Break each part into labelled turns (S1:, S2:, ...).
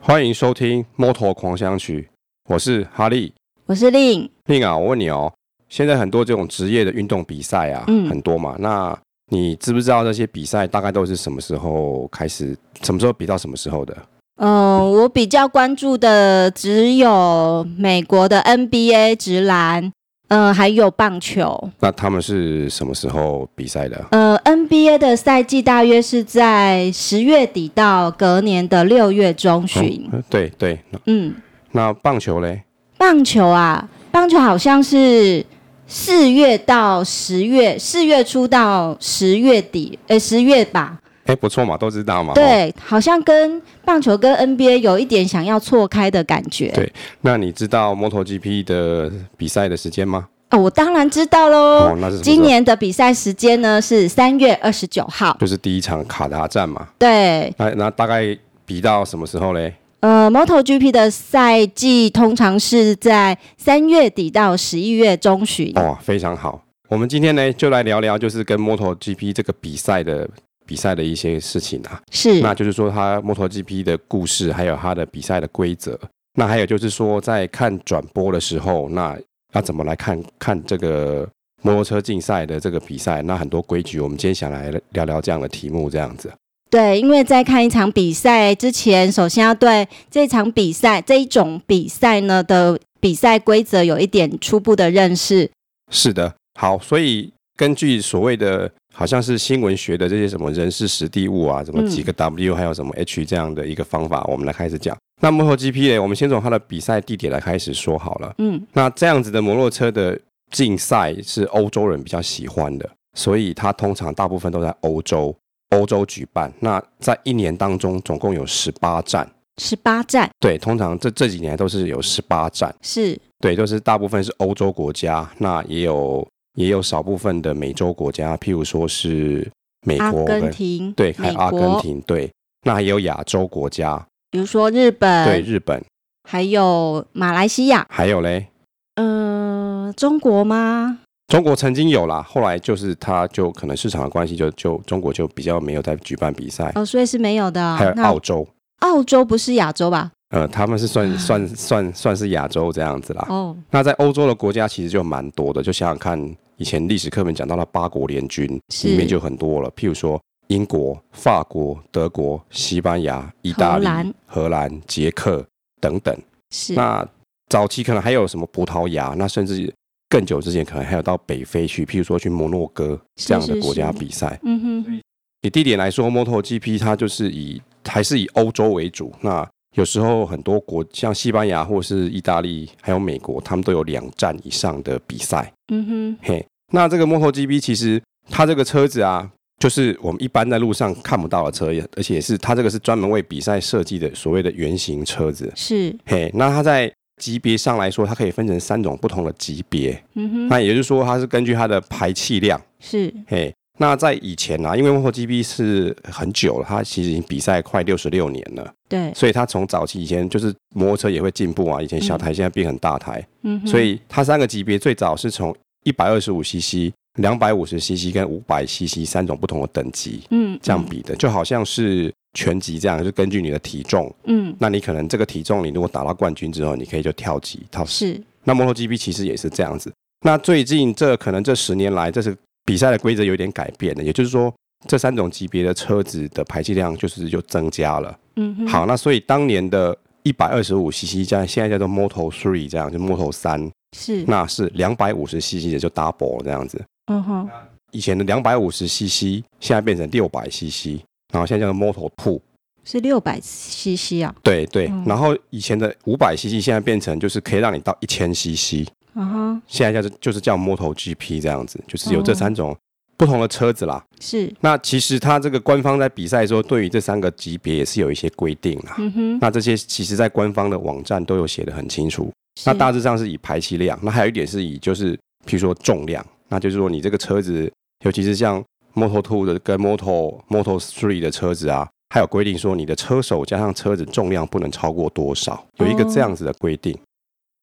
S1: 欢迎收听《摩托狂想曲》，我是哈利。
S2: 我是令，
S1: 令啊，我问你哦，现在很多这种职业的运动比赛啊，
S2: 嗯
S1: 很多嘛，那你知不知道这些比赛大概都是什么时候开始，什么时候比到什么时候的？
S2: 嗯，我比较关注的只有美国的 NBA 直篮，嗯，还有棒球。
S1: 那他们是什么时候比赛的？
S2: 呃，NBA 的赛季大约是在十月底到隔年的六月中旬。
S1: 嗯对对，那
S2: 嗯，
S1: 那棒球嘞？
S2: 棒球啊，棒球好像是四月到十月，四月初到十月底，呃，十月吧。
S1: 哎，不错嘛，都知道嘛。哦
S2: 对，好像跟棒球跟 NBA 有一点想要错开的感觉。
S1: 对那你知道 MotoGP 的比赛的时间吗？
S2: 哦，我当然知道喽。
S1: 哦，那是什么时候
S2: 呃今年的比赛时间呢是三月二十九号。
S1: 就是第一场卡达站嘛。
S2: 对，
S1: 那那大概比到什么时候嘞？
S2: 呃，MotoGP 的赛季通常是在三月底到十一月中旬。
S1: 哇、哦非常好。我们今天呢，就来聊聊，就是跟 MotoGP 这个比赛的比赛的一些事情啊。
S2: 是，
S1: 那就是说，它 MotoGP 的故事，还有它的比赛的规则。那还有就是说，在看转播的时候，那要怎么来看看这个摩托车竞赛的这个比赛？那很多规矩，我们今天想来聊聊这样的题目，这样子。
S2: 对，因为在看一场比赛之前，首先要对这场比赛这一种比赛呢的比赛规则有一点初步的认识。
S1: 是的，好，所以根据所谓的好像是新闻学的这些什么人事实地物啊，什么
S2: 嗯
S1: 几个 W 还有什么 H 这样的一个方法，我们来开始讲。那 MotoGP 呢，我们先从它的比赛地点来开始说好了。
S2: 嗯，
S1: 那这样子的摩托车的竞赛是欧洲人比较喜欢的，所以它通常大部分都在欧洲，欧洲举办。那在一年当中，总共有十八站。
S2: 十八站
S1: 对，通常这这几年都是有十八站，
S2: 是
S1: 对，就是大部分是欧洲国家，那也有也有少部分的美洲国家，譬如说是美
S2: 阿
S1: 国
S2: 根
S1: 跟
S2: 廷，
S1: 对，还
S2: 美
S1: 有阿根
S2: 国，
S1: 廷，对，那还有亚洲国家，
S2: 比如说日本，
S1: 对，日本，
S2: 还有马来西亚，
S1: 还有嘞，
S2: 呃，中国吗？
S1: 中国曾经有啦，后来就是它就可能市场的关系就，就中国就比较没有在举办比赛，
S2: 哦，所以是没有的哦、
S1: 还有
S2: 那
S1: 澳洲，
S2: 澳洲不是亚洲吧？
S1: 呃，他们是算
S2: 啊
S1: 算算算是亚洲这样子啦。
S2: 哦，
S1: 那在欧洲的国家其实就蛮多的，就想想看，以前历史课本讲到的八国联军
S2: 是
S1: 里面就很多了，譬如说英国、法国、德国、西班牙、意大
S2: 荷兰
S1: 利、荷兰、捷克等等。
S2: 是
S1: 那早期可能还有什么葡萄牙，那甚至更久之前可能还有到北非去，譬如说去摩洛哥
S2: 是
S1: 这样的
S2: 是
S1: 国家
S2: 是
S1: 比赛。
S2: 嗯哼，
S1: 以地点来说，MotoGP 它就是以还是以欧洲为主。那有时候很多国像西班牙或是意大利，还有美国，他们都有两站以上的比赛。
S2: 嗯哼，
S1: 嘿，那这个 MotoGP 其实它这个车子啊，就是我们一般在路上看不到的车，也而且是它这个是专门为比赛设计的所谓的原型车子。
S2: 是，
S1: 嘿，那它在级别上来说，它可以分成三种不同的级别。
S2: 嗯哼，
S1: 那也就是说，它是根据它的排气量。
S2: 是
S1: 嘿，那在以前啊，因为 MotoGP 是很久了，它其实已经比赛快六十六年了，
S2: 对，
S1: 所以它从早期以前就是摩托车也会进步啊，以前小台现在变很大台，
S2: 嗯哼，
S1: 所以它三个级别最早是从一百二十五 CC、两百五十 CC 跟五百 CC 三种不同的等级
S2: 嗯，
S1: 这样比的，就好像是拳击这样，就根据你的体重，
S2: 嗯，嗯，
S1: 那你可能这个体重你如果打到冠军之后，你可以就跳级跳
S2: 是
S1: 那 MotoGP 其实也是这样子。那最近这可能这十年来，这是比赛的规则有点改变了，也就是说，这三种级别的车子的排气量就是又增加了。
S2: 嗯哼，
S1: 好，那所以当年的一百二十五 CC 加现在叫做 Moto Three 这样，就 Moto 三，
S2: 是，
S1: 那是两百五十 CC 的就 double 这样子。
S2: 嗯哼，
S1: 以前的两百五十 CC 现在变成六百 CC，然后现在叫做 Moto Two。
S2: 是六百 CC 啊，
S1: 对对，
S2: 嗯
S1: 然后以前的五百 CC 现在变成就是可以让你到一千 CC。
S2: 嗯哼，
S1: 现在叫做就是叫 MotoGP 这样子，就是有这
S2: 哦
S1: 三种不同的车子啦。
S2: 是，
S1: 那其实它这个官方在比赛的时候，对于这三个级别也是有一些规定啦。
S2: 嗯哼，
S1: 那这些其实在官方的网站都有写的很清楚。那
S2: 是
S1: 大致上是以排气量，那还有一点是以就是譬如说重量，那就是说你这个车子，尤其是像 Moto Two 的跟 Moto Moto Three 的车子啊，还有规定说你的车手加上车子重量不能超过多少，有一个
S2: 哦
S1: 这样子的规定。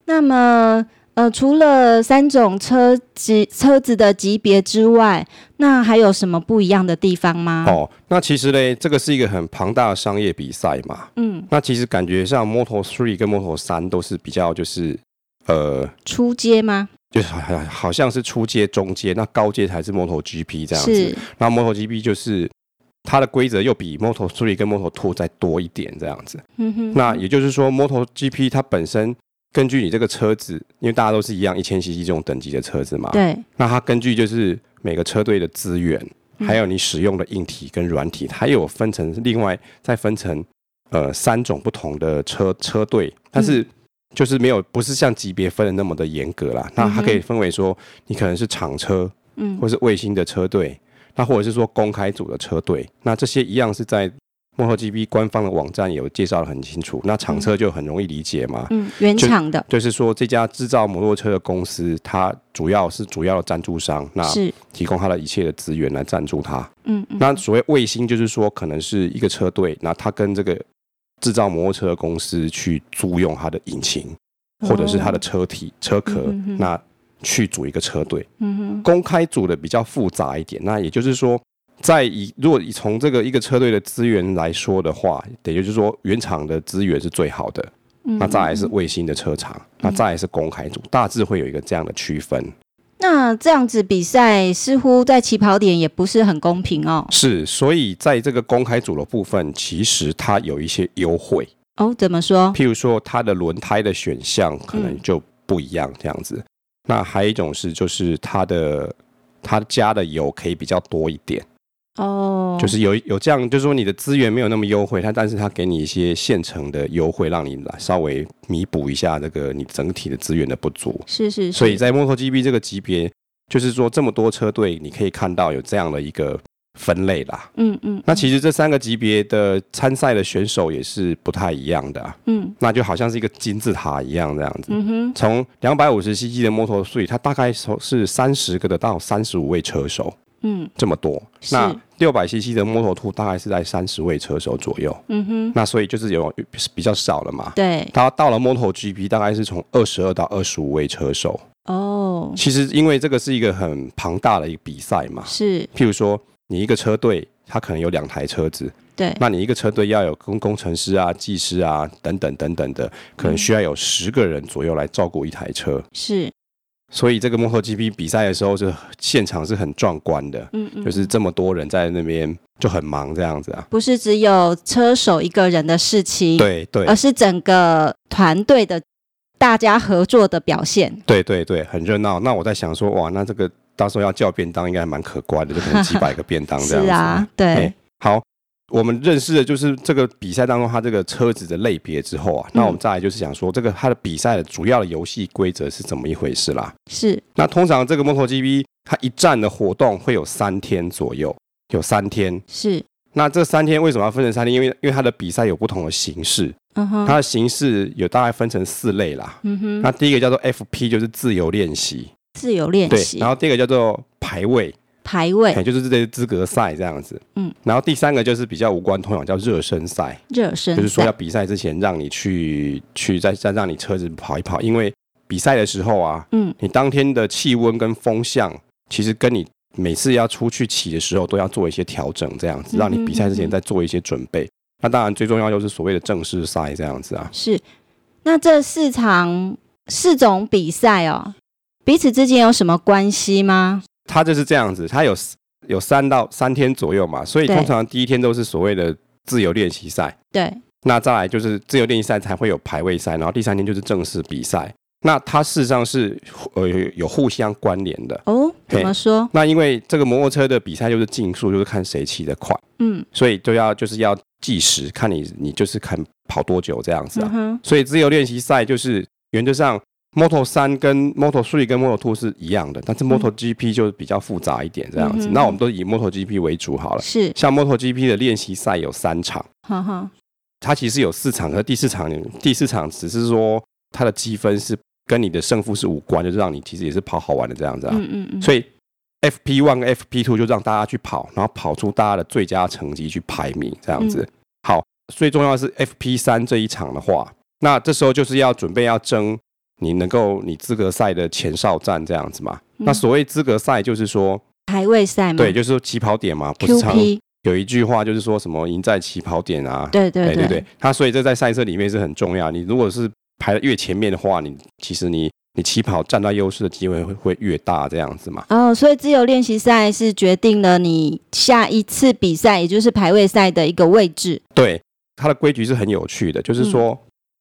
S2: 那么。呃，除了三种车级车子的级别之外，那还有什么不一样的地方吗？
S1: 哦，那其实嘞，这个是一个很庞大的商业比赛嘛。
S2: 嗯，
S1: 那其实感觉像 Moto Three 跟 Moto 三都是比较就是呃，
S2: 出街吗？
S1: 就是好好像是初阶、中阶，那高阶才是 Moto GP 这样子。
S2: 是，
S1: 那 Moto GP 就是它的规则又比 Moto Three 跟 Moto Two 再多一点这样子。
S2: 嗯哼，
S1: 那也就是说，Moto GP 它本身根据你这个车子，因为大家都是一样一千 CC 这种等级的车子嘛，
S2: 对，
S1: 那它根据就是每个车队的资源，
S2: 嗯
S1: 还有你使用的硬体跟软体，它有分成另外再分成呃三种不同的车车队，但是就是没有不是像级别分的那么的严格啦。那它可以分为说，你可能是厂车
S2: 嗯
S1: 或是卫星的车队，那或者是说公开组的车队，那这些一样是在 MotoGP 官方的网站有介绍的很清楚。那厂车就很容易理解嘛，
S2: 嗯，原
S1: 就
S2: 厂的
S1: 就是说这家制造摩托车的公司，它主要是主要的赞助商，那
S2: 是，
S1: 提供它的一切的资源来赞助它。
S2: 嗯嗯，
S1: 那所谓卫星，就是说可能是一个车队，那它跟这个制造摩托车的公司去租用它的引擎，或者是它的
S2: 哦，
S1: 车体、车壳，
S2: 嗯哼哼
S1: 那去组一个车队。
S2: 嗯哼，
S1: 公开组的比较复杂一点，那也就是说。在以如果以从这个一个车队的资源来说的话，也就是说原厂的资源是最好的，
S2: 嗯
S1: 那再来
S2: 嗯
S1: 是
S2: 嗯
S1: 卫星的车厂，那再来是公开组，大致会有一个这样的区分。
S2: 那这样子比赛似乎在起跑点也不是很公平哦。
S1: 是，所以在这个公开组的部分，其实它有一些优惠，
S2: 哦，怎么说？
S1: 譬如说它的轮胎的选项可能
S2: 嗯
S1: 就不一样这样子。那还有一种是，就是它的它加的油可以比较多一点，
S2: 哦，
S1: 就是有有这样，就是说你的资源没有那么优惠，它但是它给你一些现成的优惠，让你来稍微弥补一下这个你整体的资源的不足。
S2: 是是是，
S1: 所以在 MotoGP 这个级别，就是说这么多车队，你可以看到有这样的一个分类啦。
S2: 嗯嗯，
S1: 那其实这三个级别的参赛的选手也是不太一样的啊、
S2: 嗯
S1: 那就好像是一个金字塔一样这样子。
S2: 嗯哼，
S1: 从两百五十 cc 的 Moto Three，它大概是三十个的到三十五位车手
S2: 嗯
S1: 这么多。
S2: 是
S1: 那六百 cc 的 Moto Two 大概是在三十位车手左右。
S2: 嗯哼，
S1: 那所以就是有比较少了嘛。
S2: 对，
S1: 它到了 Moto GP 大概是从二十二到二十五位车手。
S2: 哦，
S1: 其实因为这个是一个很庞大的一个比赛嘛，
S2: 是，
S1: 譬如说你一个车队，它可能有两台车子，
S2: 对，
S1: 那你一个车队要有工工程师啊、技师啊等等等等的，可能需要有十个人左右来照顾一台车。
S2: 是，
S1: 所以这个 MotoGP 比赛的时候是现场是很壮观的，
S2: 嗯嗯，
S1: 就是这么多人在那边就很忙这样子啊。
S2: 不是只有车手一个人的事情，，
S1: 对对
S2: 而是整个团队的大家合作的表现。
S1: 对对对，很热闹。那我在想说，哇，那这个到时候要叫便当应该还蛮可观的，就可能几百个便当这 样
S2: 是
S1: 子。
S2: 啊，
S1: 哎
S2: 对，
S1: 好，我们认识的就是这个比赛当中它这个车子的类别之后啊，那我们再来就是想说这个它的比赛的主要的游戏规则是怎么一回事啦。
S2: 是，
S1: 那通常这个 MotoGP 它一站的活动会有三天左右，有三天。
S2: 是，
S1: 那这三天为什么要分成三天？因为因为它的比赛有不同的形式，它
S2: 嗯哼，
S1: 的形式有大概分成四类啦。
S2: 嗯哼，
S1: 那第一个叫做 FP，就是自由练习，
S2: 自由练
S1: 对。
S2: 习
S1: 然，后第二个叫做排位，
S2: 排位
S1: 哎，，就是这些资格赛这样子。
S2: 嗯。
S1: 然后第三个就是比较无关痛痒，叫热身赛。
S2: 热
S1: 就是
S2: 身
S1: 说要
S2: 赛，
S1: 比赛之前让你去去再再让你车子跑一跑，因为比赛的时候啊，
S2: 嗯，
S1: 你当天的气温跟风向其实跟你每次要出去骑的时候都要做一些调整，这样子
S2: 嗯
S1: 让你比赛之
S2: 嗯
S1: 前
S2: 嗯
S1: 再做一些准备。那当然最重要就是所谓的正式赛这样子啊，
S2: 是。那这四场四种比赛哦，彼此之间有什么关系吗？
S1: 它就是这样子，它有有三到三天左右嘛，所以
S2: 对
S1: 通常第一天都是所谓的自由练习赛。
S2: 对，
S1: 那再来就是自由练习赛才会有排位赛，然后第三天就是正式比赛。那它事实上是呃有互相关联的。
S2: 哦，怎
S1: 嘿
S2: 么说？
S1: 那因为这个摩托车的比赛就是竞速，就是看谁骑得快，
S2: 嗯，
S1: 所以就要就是要计时，看你你就是看跑多久这样子
S2: 嗯
S1: 啊。
S2: 哼，
S1: 所以自由练习赛就是原则上 Moto 三跟 Moto Three 跟 Moto Two 是一样的，但是 Moto GP 就比较复杂一点这样子。
S2: 嗯嗯哼
S1: 那我们都以 Moto GP 为主好了。
S2: 是，
S1: 像 Moto GP 的练习赛有三场。
S2: 哈哈，
S1: 它其实有四场，和第四场第四场只是说它的积分是跟你的胜负是无关，就是让你其实也是跑好玩的这样子啊。
S2: 嗯嗯嗯，
S1: 所以 FP one 跟 FP two 就让大家去跑，然后跑出大家的最佳成绩去排名这样
S2: 嗯
S1: 子。好，最重要的是 FP 三这一场的话，那这时候就是要准备要争你能够你资格赛的前哨战这样子嘛。
S2: 嗯
S1: 那所谓资格赛就是说，
S2: 排位赛嘛，
S1: 对，就是说起跑点嘛，不是常
S2: ，QP，
S1: 有一句话就是说什么赢在起跑点啊，
S2: 对对
S1: 哎对
S2: 对，
S1: 它所以这在赛车里面是很重要。你如果是排的越前面的话，你其实你你起跑占到优势的机会会会越大这样子嘛。
S2: 哦，所以自由练习赛是决定了你下一次比赛，也就是排位赛的一个位置。
S1: 对，它的规矩是很有趣的，就是说，
S2: 嗯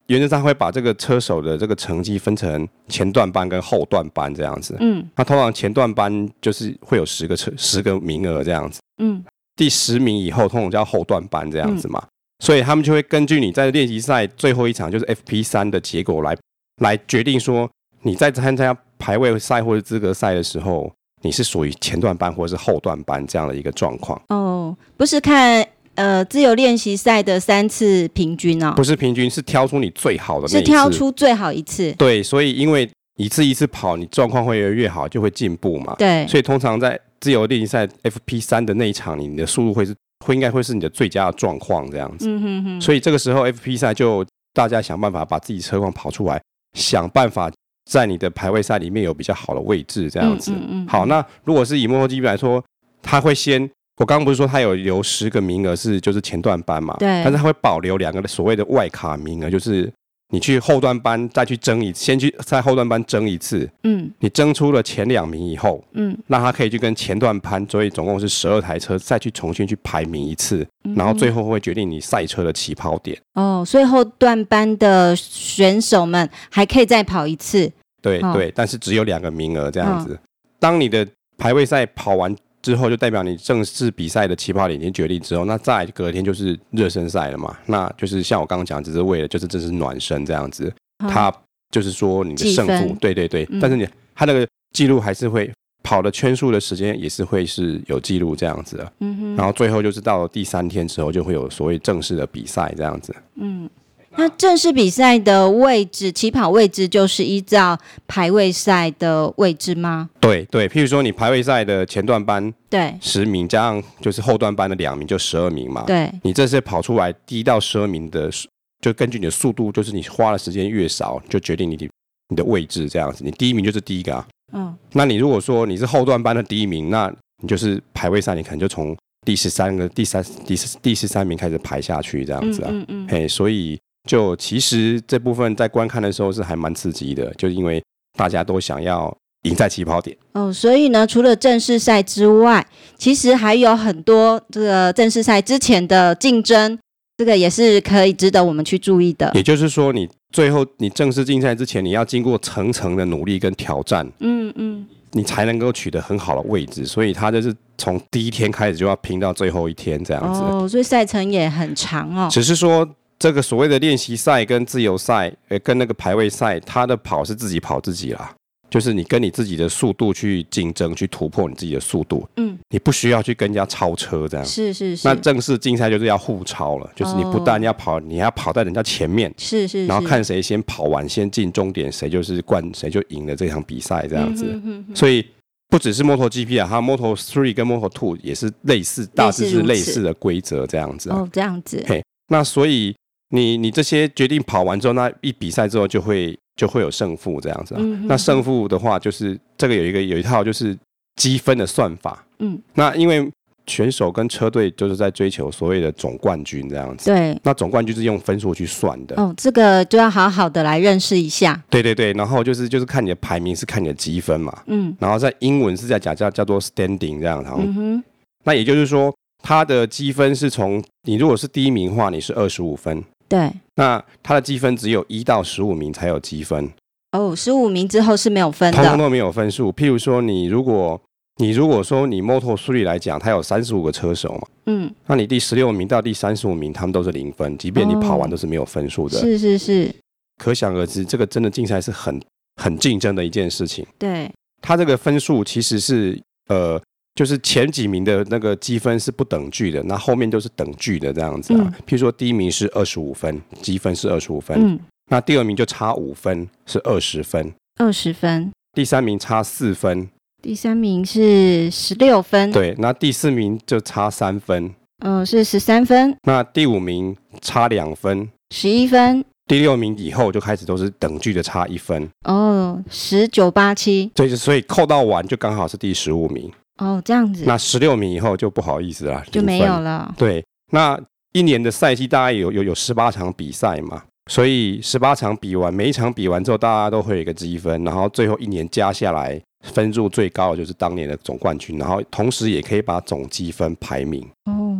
S1: 原则上会把这个车手的这个成绩分成前段班跟后段班这样子。
S2: 嗯
S1: 那通常前段班就是会有十个车十个名额这样子，
S2: 嗯
S1: 第十名以后通常叫后段班这样子嘛。所以他们就会根据你在练习赛最后一场就是 FP 三的结果来来决定说你在参加排位赛或者资格赛的时候，你是属于前段班或者是后段班这样的一个状况。
S2: 哦，不是看呃自由练习赛的三次平均哦，
S1: 不是平均，是挑出你最好的那
S2: 是
S1: 一次。
S2: 挑出最好一次。
S1: 对，所以因为一次一次跑，你状况会越来越好，就会进步嘛。
S2: 对，
S1: 所以通常在自由练习赛 FP 三的那一场，你的速度会是会应该会是你的最佳的状况这样子。
S2: 嗯哼哼，
S1: 所以这个时候 FP 赛就大家想办法把自己车况跑出来，想办法在你的排位赛里面有比较好的位置这样子。
S2: 嗯嗯嗯
S1: 好，那如果是以摩托 GP 来说，他会先。我刚刚不是说他有留十个名额是就是前段班嘛，
S2: 对
S1: 但是他会保留两个所谓的外卡名额，就是你去后段班再去争一，先去在后段班争一次，
S2: 嗯
S1: 你争出了前两名以后，
S2: 嗯，
S1: 那他可以去跟前段班，所以总共是十二台车再去重新去排名一次，然后最
S2: 后
S1: 后会决定你赛车的起跑点。
S2: 嗯哦，所以后段班的选手们还可以再跑一次。
S1: 对、
S2: 哦
S1: 对，但是只有两个名额这样子。当你的排位赛跑完之后，就代表你正式比赛的起跑点已经决定之后，那再隔天就是热身赛了嘛。那就是像我刚刚讲，只是为了就是这是暖身这样子，
S2: 哦
S1: 它就是说你的
S2: 计
S1: 胜负
S2: 分，
S1: 对对对，
S2: 嗯
S1: 但是你它那个记录还是会跑的圈数的时间也是会是有记录这样子的。
S2: 嗯哼，
S1: 然后最后就是到了第三天之后，就会有所谓正式的比赛这样子。
S2: 嗯，那正式比赛的位置，起跑位置就是依照排位赛的位置吗？
S1: 对对，譬如说你排位赛的前段班
S2: 对
S1: 十名，加上就是后段班的两名，就十二名嘛。
S2: 对，
S1: 你这次跑出来第一到十二名的速，就根据你的速度，就是你花的时间越少，就决定你的你的位置这样子。你第一名就是第一个啊。
S2: 嗯
S1: 那你如果说你是后段班的第一名，那你就是排位赛，你可能就从第十三个、第三、第十第十三名开始排下去这样
S2: 嗯
S1: 子啊。
S2: 嗯嗯，
S1: 嘿，所以就其实这部分在观看的时候是还蛮刺激的，就是因为大家都想要赢在起跑点。
S2: 哦，所以呢，除了正式赛之外，其实还有很多这个正式赛之前的竞争，这个也是可以值得我们去注意的。
S1: 也就是说，你最后你正式竞赛之前，你要经过层层的努力跟挑战，
S2: 嗯嗯，
S1: 你才能够取得很好的位置。所以他就是从第一天开始就要拼到最后一天这样子。
S2: 哦，所以赛程也很长哦。
S1: 只是说，这个所谓的练习赛跟自由赛，呃，跟那个排位赛，他的跑是自己跑自己啦。就是你跟你自己的速度去竞争，去突破你自己的速度，
S2: 嗯，
S1: 你不需要去跟人家超车这样。
S2: 是是是
S1: 那，正式竞赛就是要互超了，就是你不
S2: 哦
S1: 但要跑，你还要跑在人家前面，
S2: 是是是，
S1: 然后看谁先跑完，先进终点，谁就是冠，谁就赢了这场比赛这样子。
S2: 嗯哼哼哼
S1: 所以不只是 Moto GP 啊，它 Moto Three 跟 Moto Two 也是类似，大致是类似的规则这样子啊、
S2: 哦，这样子，
S1: 那所以你你这些决定跑完之后，那一比赛之后就会就会有胜负这样子啊、
S2: 嗯哼
S1: 那胜负的话，就是这个有一个有一套就是积分的算法。
S2: 嗯，
S1: 那因为选手跟车队就是在追求所谓的总冠军这样子。
S2: 对，
S1: 那总冠军是用分数去算的。
S2: 哦，这个就要好好的来认识一下。
S1: 对对对，然后就是就是看你的排名是看你的积分嘛，
S2: 嗯
S1: 然后在英文是在讲叫叫做 standing 这样，然后、
S2: 嗯哼，
S1: 那也就是说它的积分是从你如果是第一名的话，你是二十五分，
S2: 对。
S1: 那它的积分只有一到十五名才有积分，
S2: 哦，十五名之后是没有分
S1: 通通
S2: 的。
S1: 都没有分数。譬如说你如果你如果说你 Moto 数理来讲，它有三十五个车手嘛，
S2: 嗯，
S1: 那你第十六名到第三十五名他们都是零分，即便你跑完
S2: 哦
S1: 都是没有分数的，
S2: 是是是，
S1: 可想而知，这个真的竞赛是很很竞争的一件事情。
S2: 对，
S1: 它这个分数其实是呃，就是前几名的那个积分是不等距的，那后面都是等距的这样子啊。
S2: 嗯
S1: 譬如说第一名是二十五分，积分是二十五分，
S2: 嗯，
S1: 那第二名就差五分，是二十分，
S2: 二十分。
S1: 第三名差四分，
S2: 第三名是十六分，哦
S1: 对，那第四名就差三分，
S2: 嗯、是十三分、
S1: 那第五名差两分，
S2: 十一分、
S1: 第六名以后就开始都是等距的差一分，
S2: 哦，十九八七，
S1: 所以就所以扣到完就刚好是第十五名。
S2: 哦，这样子
S1: 那十六名以后就不好意思啦，
S2: 就
S1: 零
S2: 没
S1: 分
S2: 有了。
S1: 对，那一年的赛季大概有有有十八场比赛嘛，所以十八场比完，每一场比完之后，大家都会有一个积分，然后最后一年加下来分数最高的就是当年的总冠军，然后同时也可以把总积分排名。
S2: 哦，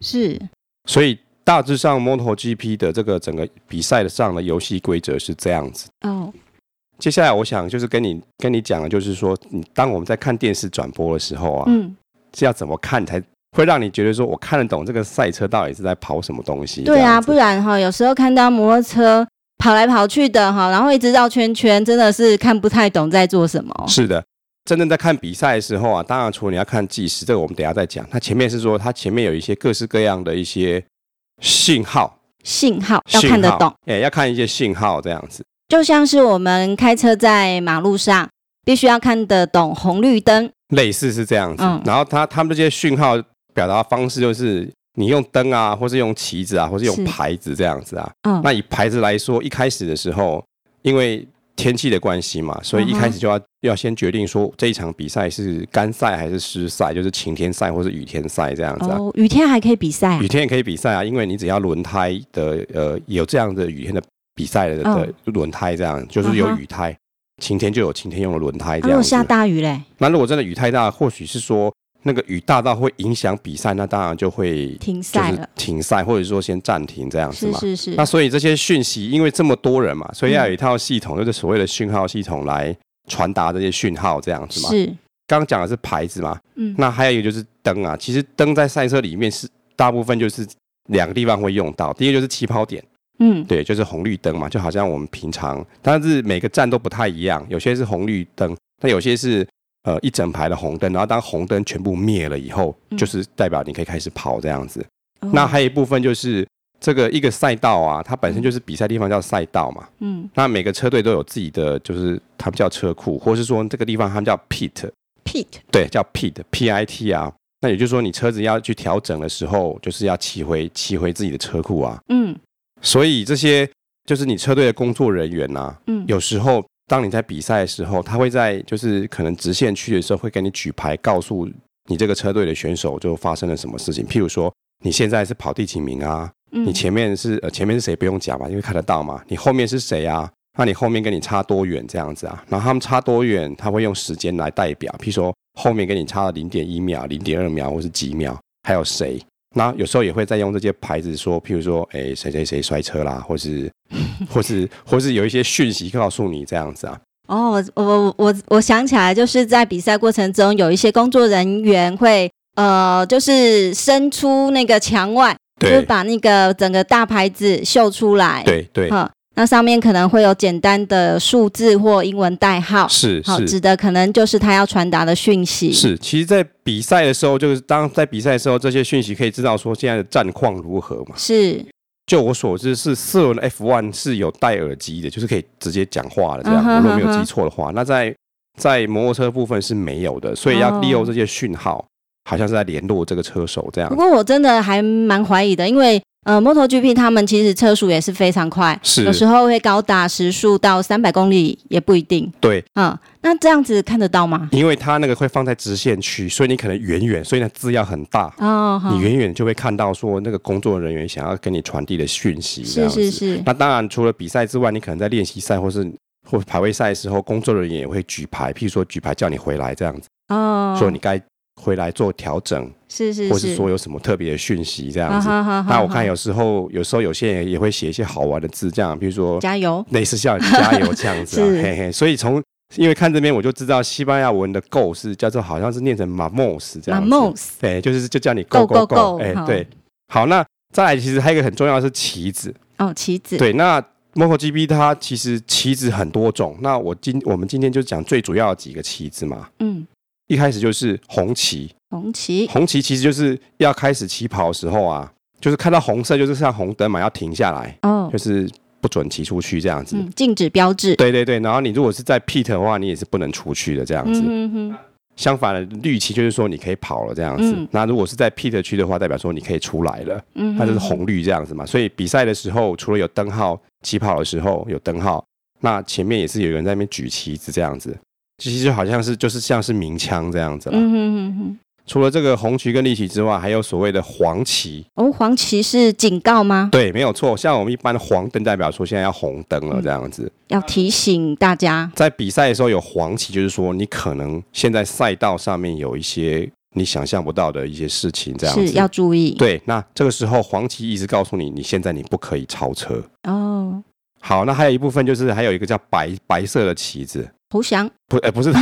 S2: 是
S1: 所以大致上 MotoGP 的这个整个比赛上的游戏规则是这样子。
S2: 哦，
S1: 接下来我想就是跟你跟你讲的，就是说，你当我们在看电视转播的时候啊，
S2: 嗯，
S1: 是要怎么看才会让你觉得说我看得懂这个赛车到底是在跑什么东西？
S2: 对
S1: 这
S2: 啊，
S1: 样子
S2: 不然哈，有时候看到摩托车跑来跑去的哈，然后一直绕圈圈，真的是看不太懂在做什么。
S1: 是的，真正在看比赛的时候啊，当然除了你要看计时，这个我们等一下再讲。它前面是说，它前面有一些各式各样的一些信号，
S2: 信号要看得
S1: 信号
S2: 懂，，
S1: 哎、要看一些信号这样子。
S2: 就像是我们开车在马路上，必须要看得懂红绿灯。
S1: 类似是这样子。
S2: 嗯
S1: 然后他他们这些讯号表达方式就是你用灯啊，或是用旗子啊，或是
S2: 是
S1: 用牌子这样子啊。
S2: 嗯，
S1: 那以牌子来说，一开始的时候，因为天气的关系嘛，所以一
S2: 嗯
S1: 开始就要、要先决定说这一场比赛是干赛还是湿赛，就是晴天赛或是雨天赛这样子啊。
S2: 哦，雨天还可以比赛啊
S1: 雨。天也可以比赛啊，因为你只要轮胎的呃有这样的雨天的比赛的的轮胎这样，就是有
S2: 嗯哼
S1: 雨胎，晴天就有晴天用的轮胎
S2: 啊
S1: 这
S2: 如
S1: 样
S2: 果
S1: 子。
S2: 下大雨嘞，
S1: 那如果真的雨太大，或许是说那个雨大到会影响比赛，那当然就会
S2: 停
S1: 就
S2: 赛
S1: 是
S2: 了。
S1: 停赛，或者说先暂停这样子
S2: 是
S1: 嘛。
S2: 是是
S1: 那，所以这些讯息，因为这么多人嘛，所以要有
S2: 嗯
S1: 一套系统，就是所谓的讯号系统来传达这些讯号这样子嘛。
S2: 是，
S1: 刚刚讲的是牌子嘛，
S2: 嗯，
S1: 那还有一个就是灯啊。其实灯在赛车里面是大部分就是两个地方会用到，第一个就是起跑点。
S2: 嗯，
S1: 对，就是红绿灯嘛，就好像我们平常，但是每个站都不太一样，有些是红绿灯，那有些是呃一整排的红灯，然后当红灯全部灭了以后，
S2: 嗯
S1: 就是代表你可以开始跑这样子。
S2: 哦
S1: 那还有一部分就是这个一个赛道啊，它本身就是比赛地方叫赛道嘛，
S2: 嗯
S1: 那每个车队都有自己的，就是他们叫车库，或是说这个地方他们叫 pit，
S2: ，Pete，
S1: 对，叫 pit p i t 啊。那也就是说，你车子要去调整的时候，就是要骑回骑回自己的车库啊。
S2: 嗯
S1: 所以这些就是你车队的工作人员呐、
S2: 嗯，
S1: 有时候当你在比赛的时候，他会在就是可能直线区的时候会给你举牌，告诉你这个车队的选手就发生了什么事情。譬如说，你现在是跑第几名啊？
S2: 嗯
S1: 你前面是呃前面是谁不用讲嘛，因为看得到嘛。你后面是谁啊？那你后面跟你差多远这样子啊？然后他们差多远，他会用时间来代表，譬如说后面跟你差了零点一秒、零点二秒或是几秒，还有谁？那有时候也会再用这些牌子说，譬如说，哎，谁谁谁摔车啦，或是 或是或是有一些讯息告诉你这样子啊。
S2: 哦，我我我我想起来，就是在比赛过程中，有一些工作人员会呃，就是伸出那个墙外，就是
S1: 对
S2: 把那个整个大牌子秀出来，
S1: 对对，
S2: 哈，那上面可能会有简单的数字或英文代号，
S1: 是
S2: 好，
S1: 是
S2: 指的可能就是他要传达的讯息，，
S1: 是，其实，在比赛的时候，就是当在比赛的时候，这些讯息可以知道说现在的战况如何嘛。
S2: 是，
S1: 就我所知，是四轮的 F1 是有戴耳机的，就是可以直接讲话的这样。
S2: 嗯哼
S1: 我如果没有
S2: 嗯哼哦
S1: 记错的话，那在在摩托车部分是没有的，所以要利用这些讯号，好像是在联络这个车手这样
S2: 不。过我真的还蛮怀疑的，因为呃，MotoGP 他们其实车速也是非常快，
S1: 是
S2: 有时候会高达时速到三百公里也不一定。
S1: 对，
S2: 嗯，那这样子看得到吗？
S1: 因为它那个会放在直线区，所以你可能远远，所以呢字要很大，
S2: 哦，好
S1: 你远远就会看到说那个工作人员想要跟你传递的讯息这
S2: 是
S1: 样子。
S2: 是是，
S1: 那当然，除了比赛之外，你可能在练习赛或是或排位赛的时候，工作人员也会举牌，譬如说举牌叫你回来这样子，
S2: 哦，
S1: 说你该回来做调整，
S2: 是是
S1: 或
S2: 是
S1: 是说有什么特别的讯息这样子。
S2: 哈哈哈啊
S1: 那我看
S2: 哈
S1: 有时候有时候有些人也会写一些好玩的字，这样，比如说
S2: 加油，
S1: 类似像加油这样子啊，
S2: 是
S1: 嘿嘿。所以从因为看这边我就知道西班牙文的 “go” 是叫做好像是念成 “mamos” 这
S2: 马
S1: 样子。
S2: 梦斯，
S1: 对，就是就叫你 “go
S2: Go,
S1: go
S2: go,
S1: go”。
S2: go，
S1: 哎
S2: 好，
S1: 对，好，那再来其实还有一个很重要的是旗子，
S2: 哦，棋子，
S1: 对，那 MotoGP 它其实棋子很多种，那我今我们今天就讲最主要的几个棋子嘛。
S2: 嗯，
S1: 一开始就是红旗，
S2: 红旗，
S1: 红旗其实就是要开始起跑的时候啊，就是看到红色就是像红灯嘛，要停下来，
S2: 哦
S1: 就，是不准骑出去这样子。
S2: 嗯，禁止标志，
S1: 对对对，然后你如果是在 pit 的话，你也是不能出去的这样子。
S2: 嗯哼哼，
S1: 相反的，绿旗就是说你可以跑了这样子。
S2: 嗯
S1: 那如果是在 pit 区的话，代表说你可以出来了。
S2: 嗯哼哼，
S1: 它就是红绿这样子嘛。所以比赛的时候，除了有灯号起跑的时候有灯号，那前面也是有人在那边举旗子这样子，其实就好像是就是像是鸣枪这样子啦。
S2: 嗯哼哼哼。
S1: 除了这个红旗跟绿旗之外，还有所谓的黄旗。
S2: 哦，黄旗是警告吗？
S1: 对，没有错。像我们一般的黄灯代表说现在要红灯了
S2: 嗯
S1: 这样子。
S2: 要提醒大家。
S1: 在比赛的时候有黄旗，就是说你可能现在赛道上面有一些你想象不到的一些事情这样
S2: 是
S1: 子。
S2: 要注意
S1: 对，那这个时候黄旗一直告诉你，你现在你不可以超车。
S2: 哦，
S1: 好，那还有一部分就是还有一个叫白白色的旗子，
S2: 投降
S1: 不，哎、不是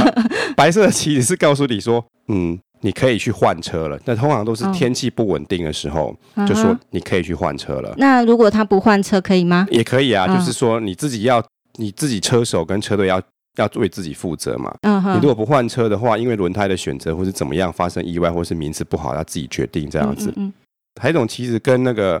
S1: 白色的旗子是告诉你说，嗯，你可以去换车了。那通常都是
S2: 哦
S1: 天气不稳定的时候，就
S2: 嗯
S1: 说
S2: 哼
S1: 你可以去换车了，
S2: 那如果他不换车可以吗？
S1: 也可以啊，
S2: 嗯
S1: 就是说你自己要你自己车手跟车队要要为自己负责嘛。
S2: 嗯
S1: 你如
S2: 哼，
S1: 果不换车的话，因为轮胎的选择或是怎么样发生意外，或是名次不好，要自己决定这
S2: 这
S1: 样子。
S2: 嗯
S1: 还有一种旗子跟那个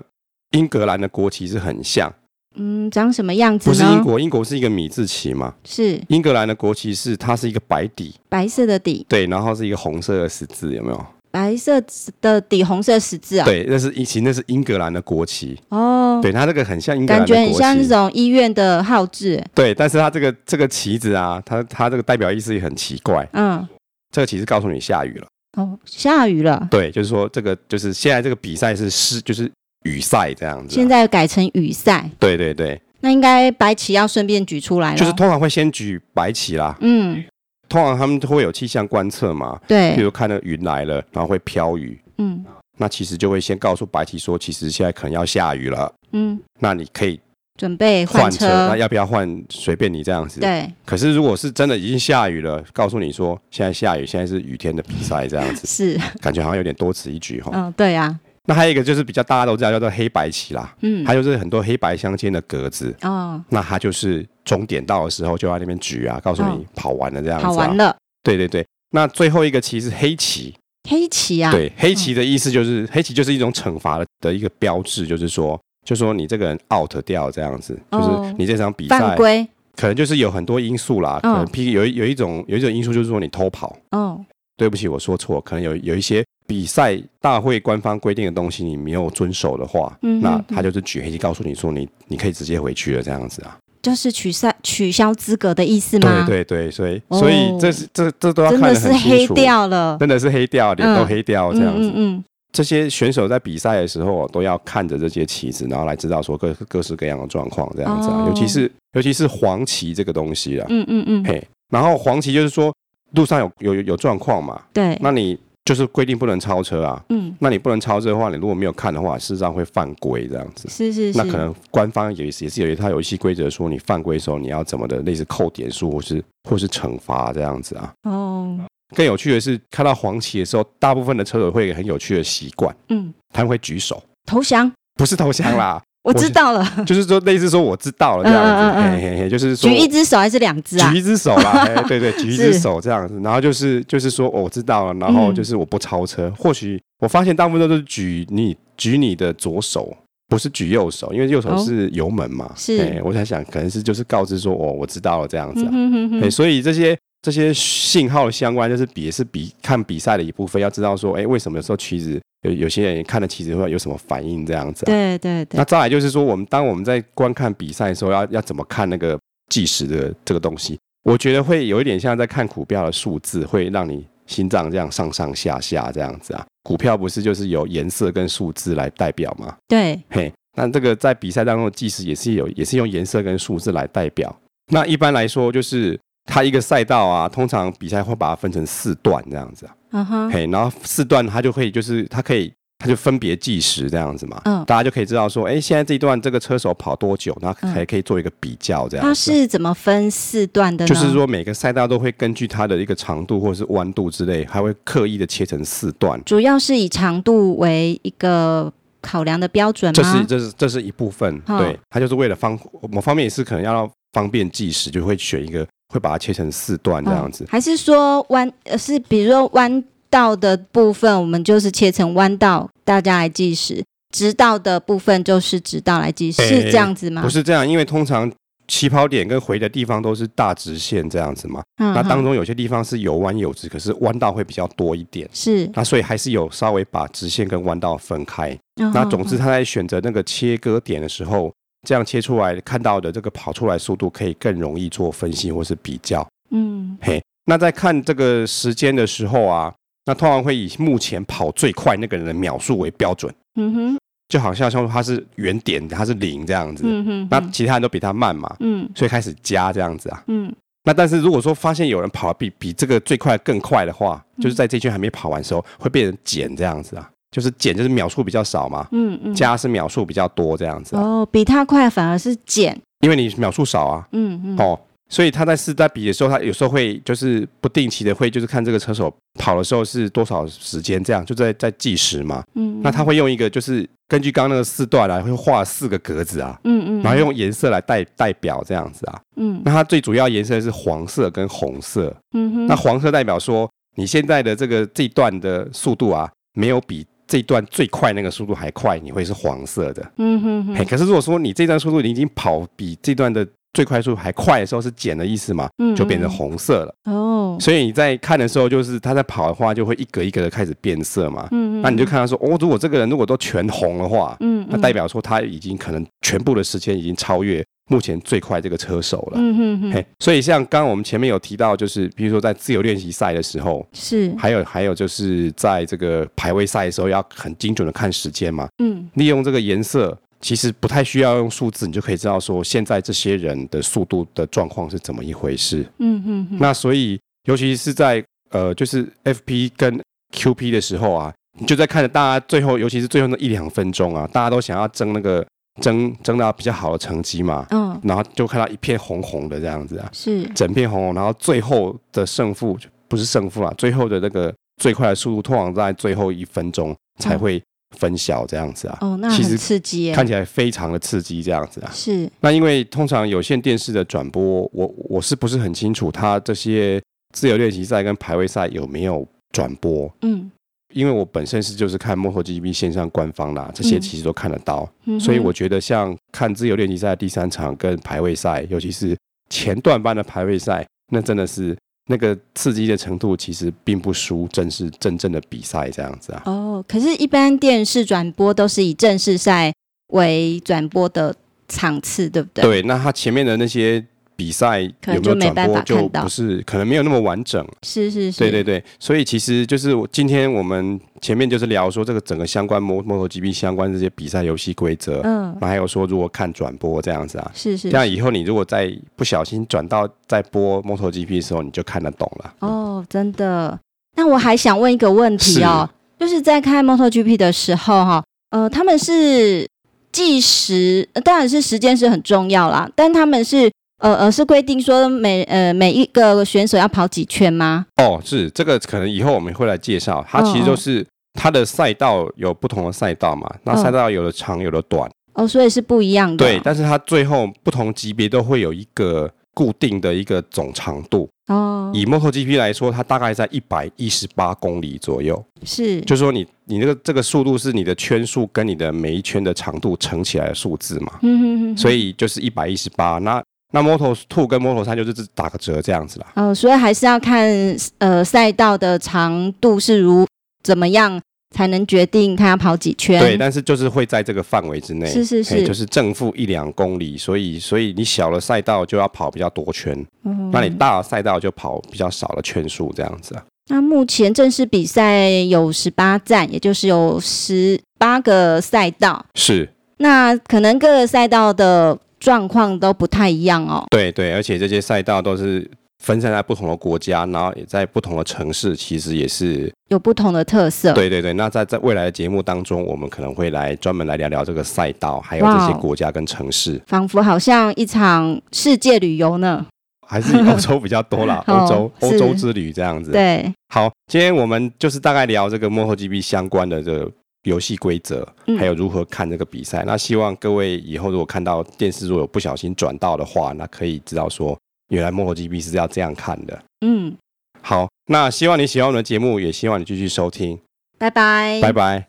S1: 英格兰的国旗是很像，
S2: 嗯，嗯长什么样子
S1: 不
S2: 呢？
S1: 是英国，英国是一个米字旗嘛，
S2: 是
S1: 英格兰的国旗是它是一个白底，
S2: 白色的底，
S1: 对，然后是一个红色的十字，有没有？
S2: 白色的底，红色十字啊。
S1: 对，那是一其实那是英格兰的国旗，
S2: 哦，
S1: 对，它这个很像英格兰
S2: 感
S1: 的
S2: 觉
S1: 国
S2: 很
S1: 旗，
S2: 像那种医院的号志。
S1: 对，但是它这个这个旗子啊，它它这个代表意思也很奇怪，
S2: 嗯，
S1: 这个旗子告诉你下雨了，
S2: 哦，下雨了，
S1: 对，啊就是说这个就是现在这个比赛是湿，就是雨赛这样子啊、
S2: 现在改成雨赛，
S1: 对对对，
S2: 那应该白旗要顺便举出来了。
S1: 就是通常会先举白旗啦，
S2: 嗯，
S1: 通常他们会有气象观测嘛，比
S2: 对，
S1: 如看那个云来了，然后会飘雨，
S2: 嗯
S1: 那其实就会先告诉白旗说，其实现在可能要下雨了，
S2: 嗯，
S1: 那你可以
S2: 准备
S1: 换
S2: 换
S1: 车，那要不要换随便你这样子。
S2: 对，
S1: 可是如果是真的已经下雨了，告诉你说现在下雨，现在是雨天的比赛这 样子，
S2: 是，
S1: 感觉好像有点多此一举哈。
S2: 嗯，对啊，
S1: 那还有一个就是比较大家都知道叫做黑白旗啦，
S2: 嗯，
S1: 它就是很多黑白相间的格子，
S2: 哦，
S1: 那它就是终点到的时候就在那边举啊，告诉你
S2: 哦
S1: 跑完了这样子、啊。
S2: 好玩了，
S1: 对对对，那最后一个旗是黑旗，
S2: 黑旗啊，
S1: 对，黑旗的意思就是、黑旗就是一种惩罚的一个标志，就是说，就说你这个人 out 掉这样子，就
S2: 哦
S1: 是你这场比
S2: 犯
S1: 赛
S2: 规，
S1: 可能就是有很多因素啦，可能
S2: 嗯
S1: P 有一有一种有一种因素就是说你偷跑，
S2: 哦，
S1: 对不起我说错，可能有有一些比赛大会官方规定的东西你没有遵守的话，
S2: 嗯
S1: 那
S2: 嗯
S1: 他就是举黑旗告诉你说你你可以直接回去了这样子啊，
S2: 就是取赛取消资格的意思
S1: 对
S2: 吗？
S1: 对对，所以、
S2: 哦
S1: 所以这是这这都要
S2: 真
S1: 看
S2: 的
S1: 得
S2: 是
S1: 很清
S2: 黑
S1: 楚。
S2: 掉了，
S1: 真的是黑掉，脸都黑掉这样子。
S2: 嗯嗯
S1: 这些选手在比赛的时候、都要看着这些旗子，然后来知道说各各式各样的状况这样子、啊
S2: 哦
S1: 尤其是尤其是黄旗这个东西啊，
S2: 嗯嗯嗯嗯，
S1: 嘿，然后黄旗就是说路上有有有有状况嘛，
S2: 对，
S1: 那你就是规定不能超车啊，
S2: 嗯，
S1: 那你不能超车的话，你如果没有看的话，事实上会犯规这样子。
S2: 是是是，
S1: 那可能官方也是也是有一套游戏规则，说你犯规的时候你要怎么的，类似扣点数或是或是惩罚这样子啊。
S2: 哦，
S1: 更有趣的是，看到黄旗的时候，大部分的车手会有很有趣的习惯，
S2: 嗯，
S1: 他们会举手，
S2: 投降，
S1: 不是投降 啦，
S2: 我
S1: 我
S2: 知
S1: 是
S2: 道了，
S1: 就是说类似说我知道了这样子，
S2: 嗯嗯嗯嗯
S1: 嘿嘿嘿，就是说
S2: 举一只手还是两只啊
S1: 举？一只手 啦，嘿对对，举一只
S2: 是
S1: 手这样子，然后就是就是说、哦我知道了，然后
S2: 嗯
S1: 就是我不超车，或许我发现大部分都是举你举你的左手。不是举右手，因为右手
S2: 哦
S1: 是油门嘛。
S2: 是
S1: 嘿我在想，可能是就是告知说，哦，我知道了这样子、啊。
S2: 嗯哼哼
S1: 哎、
S2: 哼，
S1: 所以这些这些信号相关，就是比也是比看比赛的一部分，要知道说，哎、为什么有时候棋子有有些人看了棋子会有什么反应这样子、啊。
S2: 对对
S1: 那
S2: 对，
S1: 再来就是说，我们当我们在观看比赛的时候，要要怎么看那个计时的这个东西？我觉得会有一点像在看股票的数字，会让你心脏这样上上下下这样子啊。股票不是就是由颜色跟数字来代表吗？
S2: 对，
S1: 嘿，那这个在比赛当中的计时也是有，也是用颜色跟数字来代表。那一般来说，就是它一个赛道啊，通常比赛会把它分成四段这样子啊，
S2: 嗯哼，
S1: 嘿，然后四段它就会就是它可以。它就分别计时这样子嘛，
S2: 嗯
S1: 大家就可以知道说，哎、现在这一段这个车手跑多久，然后
S2: 嗯
S1: 还可以做一个比较这样子。
S2: 它是怎么分四段的呢？
S1: 就是，说每个赛道都会根据它的一个长度或者是弯度之类，还会刻意的切成四段，
S2: 主要是以长度为一个考量的标准吗？
S1: 这是这是这是一部分，
S2: 哦
S1: 对，它就是为了方某方面也是可能要方便计时，就会选一个会把它切成四段这样子
S2: 哦。还是说弯呃是比如说弯道的部分，我们就是切成弯道，大家来计时；直道的部分就是直道来计时，
S1: 诶
S2: 是这样子吗？
S1: 哎不，是这样，因为通常起跑点跟回的地方都是大直线这样子嘛，
S2: 嗯
S1: 那当
S2: 哼
S1: 中有些地方是有弯有直，可是弯道会比较多一点。
S2: 是，
S1: 那所以还是有稍微把直线跟弯道分开。
S2: 那
S1: 那总之，他在选择那个切割点的时候，这样切出来看到的这个跑出来速度可以更容易做分析或是比较。
S2: 嗯
S1: 嘿，那在看这个时间的时候啊，那通常会以目前跑最快那个人的秒数为标准，
S2: 嗯哼，
S1: 就好像说他是原点，他是零这样子，
S2: 嗯哼，
S1: 那其他人都比他慢嘛，
S2: 嗯
S1: 所以开始加这样子啊。
S2: 嗯
S1: 那但是如果说发现有人跑得比比这个最快更快的话，
S2: 嗯
S1: 就是在这圈还没跑完的时候，会变成减这样子啊，就是减就是秒数比较少嘛，
S2: 嗯嗯，
S1: 加是秒数比较多这样子啊，
S2: 哦，比他快反而是减，
S1: 因为你秒数少啊，
S2: 嗯嗯，
S1: 哦，所以他在试在比的时候，他有时候会就是不定期的会就是看这个车手跑的时候是多少时间，这样就在在计时嘛。
S2: 嗯，
S1: 那他会用一个就是根据刚刚那个四段啊，会画四个格子啊，
S2: 嗯嗯，
S1: 然后用颜色来代代表这样子啊。
S2: 嗯
S1: 那它最主要颜色是黄色跟红色，
S2: 嗯哼，
S1: 那黄色代表说你现在的这个这一段的速度啊，没有比。这一段最快那个速度还快，你会是黄色的。
S2: 嗯哼
S1: 嘿，
S2: 哼，
S1: 可是如果说你这段速度你已经跑比这段的最快速度还快的时候，是减的意思嘛？
S2: 嗯
S1: 就变成红色了。
S2: 哦，
S1: 所以你在看的时候，就是它在跑的话，就会一格一格的开始变色嘛。
S2: 嗯，
S1: 那你就看到说，哦，如果这个人如果都全红的话，
S2: 嗯，嗯，
S1: 那代表说他已经可能全部的时间已经超越目前最快这个车手了。
S2: 嗯哼哼，
S1: 嘿，所以像刚刚我们前面有提到，就是比如说在自由练习赛的时候，
S2: 是，
S1: 还有还有就是在这个排位赛的时候，要很精准的看时间嘛，
S2: 嗯
S1: 利用这个颜色。其实不太需要用数字，你就可以知道说现在这些人的速度的状况是怎么一回事。
S2: 嗯嗯嗯，
S1: 那所以，尤其是在呃，就是 FP 跟 QP 的时候啊，你就在看着大家最后，尤其是最后那一两分钟啊，大家都想要争那个争争到比较好的成绩嘛，
S2: 嗯
S1: 然后就看到一片红红的这样子啊，
S2: 是，
S1: 整片红红，然后最后的胜负不是胜负啦，最后的那个最快的速度，通常在最后一分钟才会分晓这样子啊，
S2: 哦，那
S1: 其
S2: 很
S1: 实
S2: 刺激耶，
S1: 看起来非常的刺激这样子啊。
S2: 是，
S1: 那因为通常有线电视的转播，我我是不是很清楚它这些自由练习赛跟排位赛有没有转播？
S2: 嗯
S1: 因为我本身是就是看 MotoGP 线上官方啦，这些
S2: 嗯
S1: 其实都看得到，
S2: 嗯哼，
S1: 所以我觉得像看自由练习赛的第三场跟排位赛，尤其是前段班的排位赛，那真的是那个刺激的程度其实并不输正式真正的比赛这样子啊。
S2: 哦，可是，一般电视转播都是以正式赛为转播的场次，对不对？，
S1: 对，那他前面的那些比赛
S2: 可能
S1: 有没
S2: 就
S1: 有
S2: 没
S1: 转
S2: 办
S1: 播
S2: 法
S1: 就
S2: 看到
S1: 不是，可能没有那么完整。
S2: 是是是，
S1: 对对对，所以其实就是我今天我们前面就是聊说这个整个相关摩摩托 GP 相关这些比赛游戏规则，
S2: 嗯，
S1: 那、还有说如果看转播这样子啊，
S2: 是是
S1: 这样以后你如果再不小心转到在播摩托 GP 的时候，你就看得懂了。
S2: 哦，真的。那我还想问一个问题哦，就是在看 MotoGP 的时候哈、呃，他们是计时，呃当然是时间是很重要啦，但他们是呃呃是规定说每呃每一个选手要跑几圈吗？
S1: 哦，是这个可能以后我们会来介绍，它
S2: 哦
S1: 其实就是它的赛道有不同的赛道嘛，那赛道有的长有的短，
S2: 哦，所以是不一样的。
S1: 对，但是它最后不同级别都会有一个固定的一个总长度。
S2: 哦，
S1: 以 MotoGP 来说，它大概在一百一十八公里左右。
S2: 是
S1: 就是说你你那个这个速度是你的圈数跟你的每一圈的长度乘起来的数字嘛，
S2: 嗯哼哼，
S1: 所
S2: 以
S1: 以就是一百一十八。那那 Moto Two 跟 Moto 三就是打个折这样子啦。
S2: 哦，所以还是要看呃赛道的长度是如怎么样才能决定他要跑几圈。
S1: 对，但是就是会在这个范围之内，
S2: 啊是是是
S1: 嘿就是正负一两公里，所以所以你小的赛道就要跑比较多圈，
S2: 嗯
S1: 那你大的赛道就跑比较少的圈数这样子啊。
S2: 那目前正式比赛有十八站，也就是有十八个赛道。
S1: 是
S2: 那可能各个赛道的状况都不太一样哦。
S1: 对对，而且这些赛道都是分散在不同的国家，然后也在不同的城市，其实也是
S2: 有不同的特色。，
S1: 对对对，那在在未来的节目当中，我们可能会来专门来聊聊这个赛道，还有
S2: 哇
S1: 这
S2: 哦
S1: 些国家跟城市，
S2: 仿佛好像一场世界旅游呢。，
S1: 还是以欧洲比较多啦欧洲
S2: 哦
S1: 欧
S2: 是
S1: 洲之旅这样子。
S2: 对，
S1: 好，今天我们就是大概聊这个 MotoGP 相关的这个游戏规则，
S2: 嗯
S1: 还有如何看这个比赛。那希望各位以后如果看到电视，如果有不小心转到的话，那可以知道说，原来 MotoGP 是要这样看的。
S2: 嗯，
S1: 好，那希望你喜欢我们的节目，也希望你继续收听，
S2: 拜拜，
S1: 拜拜。